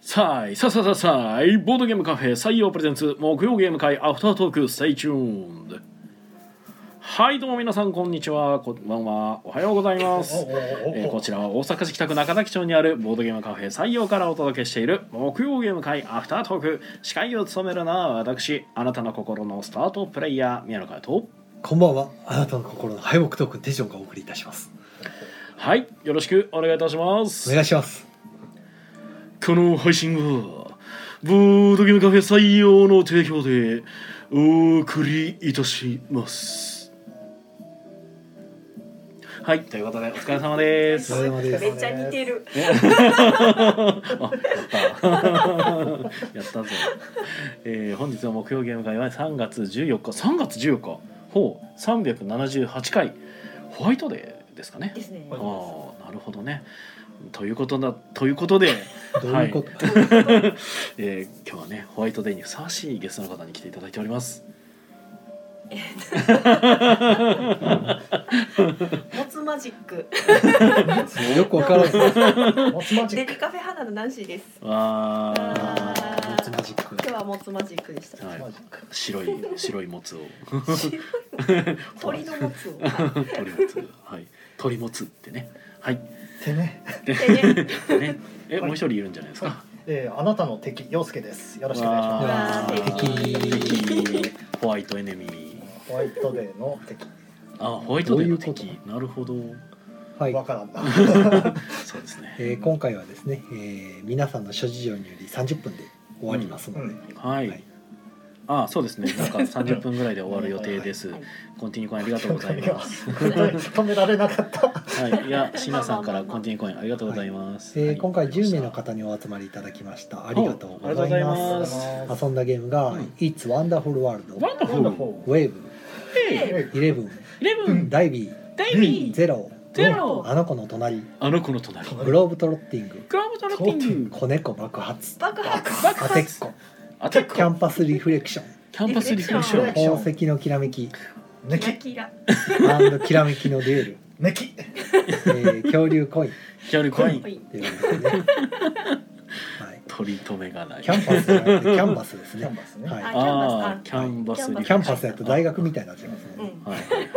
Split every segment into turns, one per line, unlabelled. さあいさあさあさあさあいボードゲームカフェ採用プレゼンツ木曜ゲーム会アフタートーク Stay tuned はいどうも皆さんこんにちはこんばんはおはようございます
おおおお
えーこちらは大阪市北区中崎町にあるボードゲームカフェ採用からお届けしている木曜ゲーム会アフタートーク司会を務めるのは私あなたの心のスタートプレイヤー宮野佳代と
こんばんは。あなたの心の敗北トークンテジョンがお送りいたします。
はいよろしくお願いいたします
お願いします。
この配信はボードゲームカフェ採用の提供でお送りいたしますはいということでお疲れ様で
お疲れ
す
様です
めっちゃ似てる。
やったぞ、えー本日の目標ゲーム会は3月14日3月14日ほう378回ホワイトデーですかね
ですね
あ。あなるほどねということだということで
どういうこと、
えー今日はねホワイトデーにふさわしいゲストの方に来ていただいております
モツマジック。
よくわから ない。
モツマジ
デ
ッ
リ
ク。
カフェ花のナンシーです。
わあ
あー
マジック
今日はモツマジックでした。
はい
マジック。
白い白いもつを
鳥のモツを。
鳥もつはい鳥もつってねはい
てね、
でね
でねえもう一人いるんじゃないですか
えー、あなたの敵陽介です。よろしくお願いしま
わー
わー
敵ホワイトエネミー
す。ホワイトデーの敵。
あホワイトデーの敵
どうい
なるほど
はい
わ。からんな。
そうですね、
えー今回はですね、えー皆さんの諸事情により30分で終わりますので、
うん
はい、
はい
あそうですねなんか30分ぐらいで終わる予定です
はい
コンティニューコインありがとうございます
止められなかった。
はい、いや、シナさんからコンティニューコインありがとうございます。
えー
はい
今回10名の方にお集まりいただきました。ありがとうござい
ありがとうございま
ますす。
あ、
遊んだゲームが、
うん
It's Wonderful World、
ワンダフ
なんだ
ル。
ほう。
Wave、
ヘイ、
Eleven、
イレブン、
ダイビ
デイ
ー、
ビー、
ゼロ、
ゼロ
あの子の隣、
あの子の隣。
グローブトロッティング、
クラブトラッピング、
子猫爆発、
爆発。
バック
ア
パ
テ
ッ
ッコ、
アテッ
キャ
ク、
ンパスリフレクション。
キャンパスリフレッション。
宝石のきらめき
ネ
キラ
キ
キラ。
きらめきのデュエ ル、
ネキ。
えー、恐竜コインっ
キャルコイン
は、い
ていうのですね、はい、
取り留めがない。
キャンパスじゃなくてキャンバスです
キャン
ね
バスね。
は
ああ、キャンバスリフレク
いキ
ショ
ャ
ン。
ンパスやと大学みたいになっちゃいますもん
う
ね、
ん。
はいはいはいはい。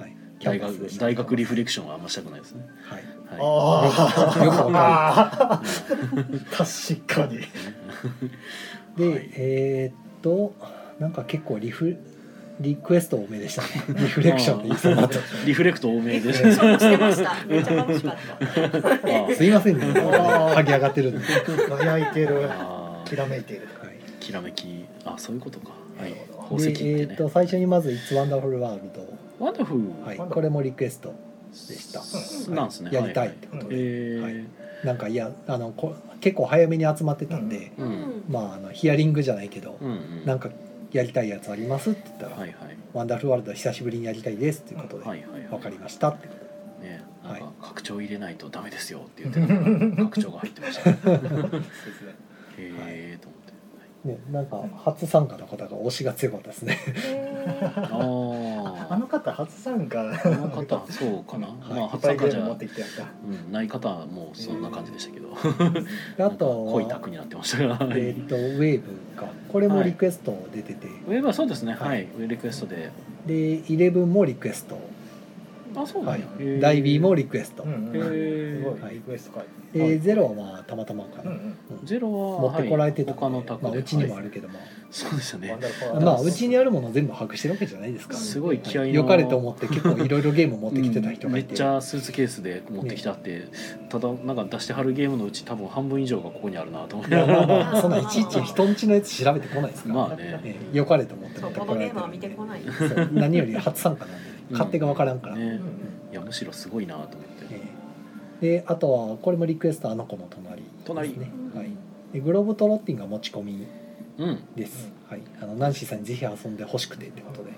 はい、キャ
大
ンパスで
学、
す
大学リフレクションはあんましたくないですね。
はい、
は
ああ。
よくわ
あ
い。
ー確かに。
で、
はい
えーっとなんか結構リフリクエスト多めでしたね リフレクションでいいそうになった
リフレクト多め
リ
で
フレ
す。
クションしてました。めっちゃ楽しかった。
あ
すいませんね剥ぎ上がってるんで、は
輝いてる。
あ
きらめいている。
い、
ー、きらめき、あ、そういうことか。はい
なる。ほ
宝石っ
で、
て
えーっ
ね。
と最初にまず「It's Wonderful World
ワンダフル。」
はい、これもリクエストでした、
そうなんですね。
やりたいってことで、
えー
はいなんかいやあのこ結構早めに集まってたんで、
う
うんん。
まああのヒアリングじゃないけど、
うんうん、
なんかやりたいやつありますって言ったら
は
「
いはい
ワンダフルワールド久しぶりにやりたいです」っていうことで「
はいはい
分かりました」ってことで
ねなん
はい
か拡張入れないとダメですよって 言ってたから拡張が入ってました、ね、へえと
ね、なんか初参加の方が推しが強かったです ね
へ
思って、
あの方初参加。
あの方そうかな、
はい
まあ
いっ
初
ぱ
参
いゲ
加じ
ーム
ゃ、
持ってきてやった。
うん、ない方はもうそんな感じでしたけど、
であと
濃い
は
卓になってましたが、
えーっとウェーブかこれもリクエスト出てて、
ウェブはそうですねはい、
はい
ウェブリクエストで
でイレブンもリクエスト、
あそう
は
だ
い
ね、へ
ダイビーもリクエスト、
うん
へ
うん。
え
すご
はい
いリクエスト書いて。
でゼロはまあたまたまか
うん
な、
うん。
ゼロは
持ってこられてた
はい、他
ん
の
で、
卓で、
まあ、うちにもあ
はい
るけども、
そうでしたね
まあうちにあるもの全部把握してるわけじゃないですから、
すごい気合いの
良かれと思って結構いろいろゲーム持ってきてた人が
め
い、
ってちゃスーツケースで持ってきたって、ただなんか出してはるゲームのうち多分半分以上がここにあるなと思っ
いや
て
まあまあ そんないちいち人んちのやつ調べてこないですから、
まあね
ええ良かれと思って
そ
持
う、
って
こ
こら
のゲ
れ
ー
てる
ムは
ん
見
で
てこない。
そう何より初参加なんでね、勝手が分からんから、
ね
うんうん
いやむしろすごいなと思って、
ええであとはこれもリクエストあの子の隣ですね
隣
はい、でグローブトロッティンが持ち込み
うん
です、はい、あのナンシーさんにぜひ遊んでほしくてってことで、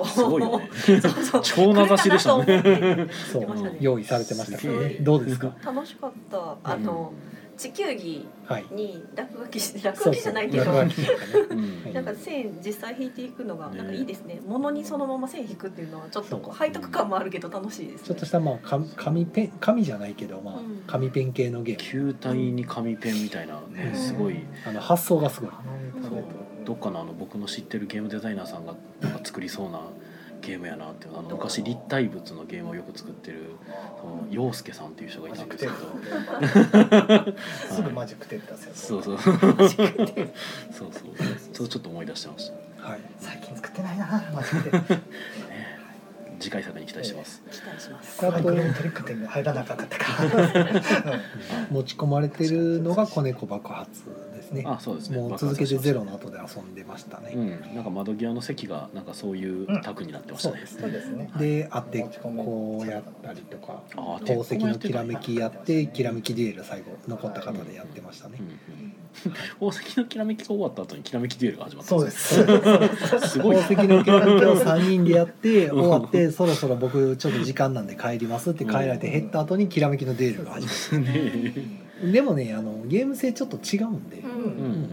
おー
すごいよ ね。
そうそう
超名指しでしたね
くれたなと思って言って
そう
ましたね
用意されてましたから
す
ね
げえ
どうですか
楽しかった。あの、地球儀
はい
に落書きして落書きじゃないけど
そうそう落書きとかね
うん
はい
なんか線実際引いていくのが
ね
なんかいいですね。も、の、にそのまま線引くっていうのはちょっとこう背徳感もあるけど楽しいです、ね。
ちょっとしたまあか紙ペン紙じゃないけどまあ
うん
紙ペン系のゲー
球体に紙ペンみたいな、ね
うん
すごい
ムあの発想がすごい
どっかのあの僕の知ってるゲームデザイナーさんがなんか作りそうなゲームやなってあの昔立体物のゲームをよく作ってるその陽介さんっていう人がい
マジ
たん
ック
です
テ
けど
ープ すぐマジックテープ出せよ
そうそうそうそう そうそれちょっと思い出してました
はい
最近作ってないなマジックテープ
ね次回作に期待してます、
期待します。
あとトリックテープに入らなかったかうん
持ち込まれてるのが子猫爆発ですね
あそうですね
もう続けてゼロの後で遊んでましたね、
うん、なんか窓際の席がなんかそういう卓になってましたね、
そうですね
であってこうやったりとか
ああ
宝石のきらめ
き、
きやってきらめきデュエル最後残った方でやってましたね
うんうん、宝石のきらめきが終わった後にきらめきデュエルが始まった
そう
で
です
すすごい
宝
な
石のきらめきを3人でや って終わってそろそろ僕ちょっと時間なんで帰りますって帰られて減った後にきらめきのデュエルが始ま
ね
るでもねあのゲーム性ちょっと違うんで
う、
うん
ん。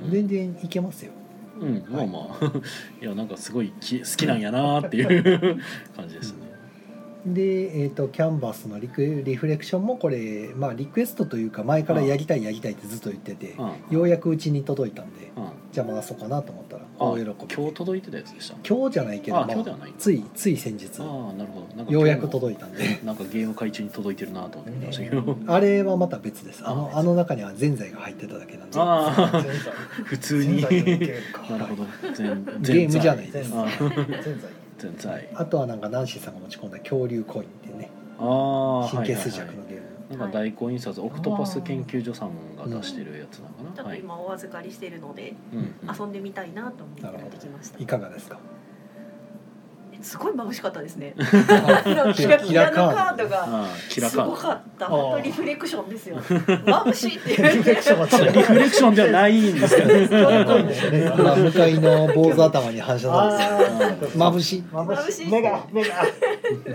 うん全然いけますよ
うん、まあまあ いやなんかすごいき好きなんやなーっていう 感じですね。
で、えー、とキャンバスのリクリフレクションもこれ、まあ、リクエストというか前からやりたいやりたいってずっと言ってて
うん、
ようやくうちに届いたんで
うん、
じゃあ回そうかなと思ったら
あ
大喜び
今日届いてたやつでした。
今日じゃないけど
あ
ま
今日ではない
ついつい先日
ああなるほど。なんか
ようやく
い
届いたんで
なんかゲーム会中に届いてるなと思ってましたけど、
あれはまた別ですあの
あ
あの中にはぜんざいが入ってただけなんで
ああ普通に なるほど全
ゲームじゃないいです
あー全在
あとはなんかナンシーさんが持ち込んだ恐竜コインっていうね
ああ
神経
はい
衰
はいは
弱
い
のゲーム、
なんか大行印刷オクトパス研究所さんが出してるやつなの
ち
かな。
ょっと
はい。
今お預かりしているので、
うんうん
遊んでみたいなと思って買ってきました
い。かがですか
すごい眩しかったですね。
あ
キラキラのカードが
あーキラ
す
カ
ご
ー
か
ド。
った。
あー
本当リフレクションですよ。眩しいって
リ
言
フレ
っ
クション
て。
は違う
リフレクションではないんですけどね。
まあ向かいの坊主頭に反射されて眩しい
眩しい目が目が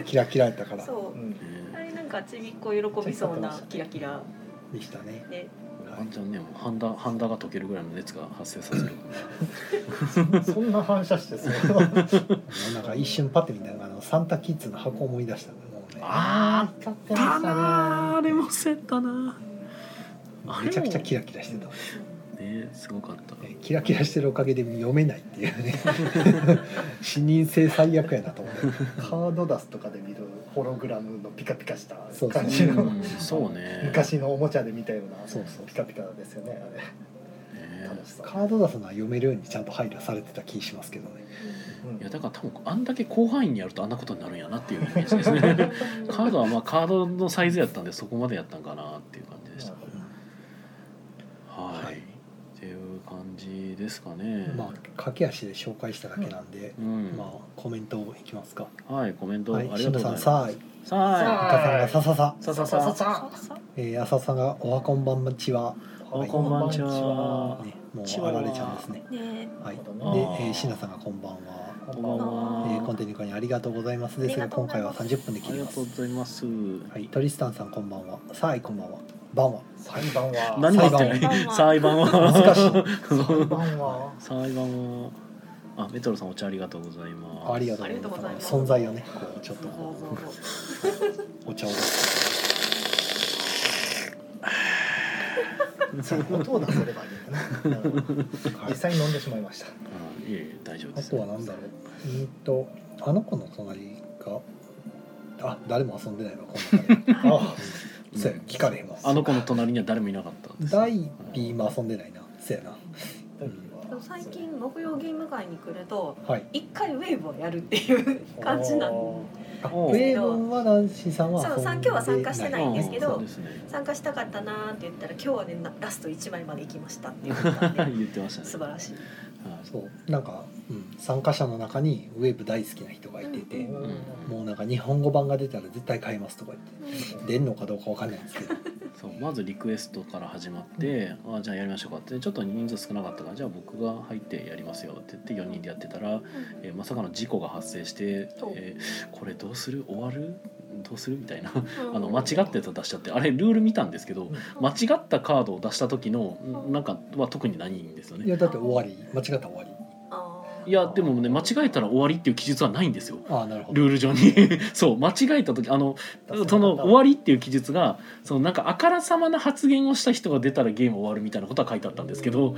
キラキラやったから
そう。あれなんかちびっこ喜びそうなキラキラ
でしたね
で、
ワンちゃんねもうハンダハンダが溶けるぐらいの熱が発生させる
そんな反射してそう
なんか一瞬パッて見たらあのサンタキッズの箱思い出したもうね
あ
立って
あなあれもせったなあれも
めちゃくちゃキラキラしてた、
ねすごかった
ねキラキラしてるおかげで読めないっていうね 視認性最悪やなと思って
カードダスとかで見るホログラムのピカピカした
そうそう
感じの
うんそうね
昔のおもちゃで見たような
そうそう
ピカピカですよねあれ
ね
楽しそう
カード出すのは読めるようにちゃんと配慮されてた気しますけどね
うん
いやだから多分あんだけ広範囲にやるとあんなことになるんやなっていうイメージですねカードはまあカードのサイズやったんでそこまでやったんかなっていう感じでしたはい、
はい
っていう感じですかね
まあ駆け足で紹介しただけなんで、
うん
まあコメントいきますか、
はいコメントあ
は
り
い
がと
し
うござ
の
い
さ
ます
んさあい
さあ
あ
かさんがさささ、
さあさあ
さ
さ
ささ
そうそう
えー、浅さんがおはこんばんちは、
あこんばんちは
ね、も
ち
う
は
あられちゃんですね
ね
はいで
なるほど
ね
えー、しなさんがこんばんは
こんばんは
えー、コンテニカにありがとうございますですが
ありがとう
今
ござ
回
い
は
ます
30分で
あ
切
り
り
が
ま
と
す
うございます
はい、トリスタンさんこんばんはさあいこんばんはばんは
裁判は
何待ってる裁判は
難 しい
裁判は
裁判はあメトロさんお茶ありがとうございます
ありがと
ありが
う
とう
ござ
ござ
い
い
ま
ますす
存在をねこうちょっと
そう
こ
そうそう
うお茶を出す
音を出せればいいんだななるほど
はい
実際に飲んでしまいました
うんいえいえ大丈夫
あ
です
とは何だろううーんとあの子の隣があ誰も遊んでないわこの 中で
あ
そうや聞かれへんわ
あの子の隣には誰もいなかったんです
ダイビーも遊んでないなそうやな
そう最近木曜ゲーム会に来ると
はい
一回ウェーブをやるっていう感じなんで
あウ
おう
ェーブンは男子さんは遊ん
そう
で
さん今日は参加してないんですけど
うんそうです ね
参加したかったなーって言ったら今日はねなラスト1枚まで行きましたっていう感じで
言ってましたね
素晴らしい
はい
そうなんか、うん、参加者の中にウェーブ大好きな人がいてて、
うん
もうなんか日本語版が出たら絶対買いますとか言って出んのかどうかわかんないんです けど
そうまずリクエストから始まって「あじゃあやりましょうか」ってちょっと人数少なかったから「じゃあ僕が入ってやりますよ」って言って4人でやってたら、えーまさかの事故が発生して、
そう
えーこれどうする終わるどうするみたいな
うん
あの間違ったやつを出しちゃってあれルール見たんですけど間違ったカードを出した時のなんかは特にないんですよ
い
ね
やだって終わり間違ったら終わり
あー
いやでもね間違えたら終わりっていう記述はないんですよ
ああなるほど
ルール上に そう間違えた時あのその終わりっていう記述がそのなんかあからさまな発言をした人が出たらゲーム終わるみたいなことは書いてあったんですけど、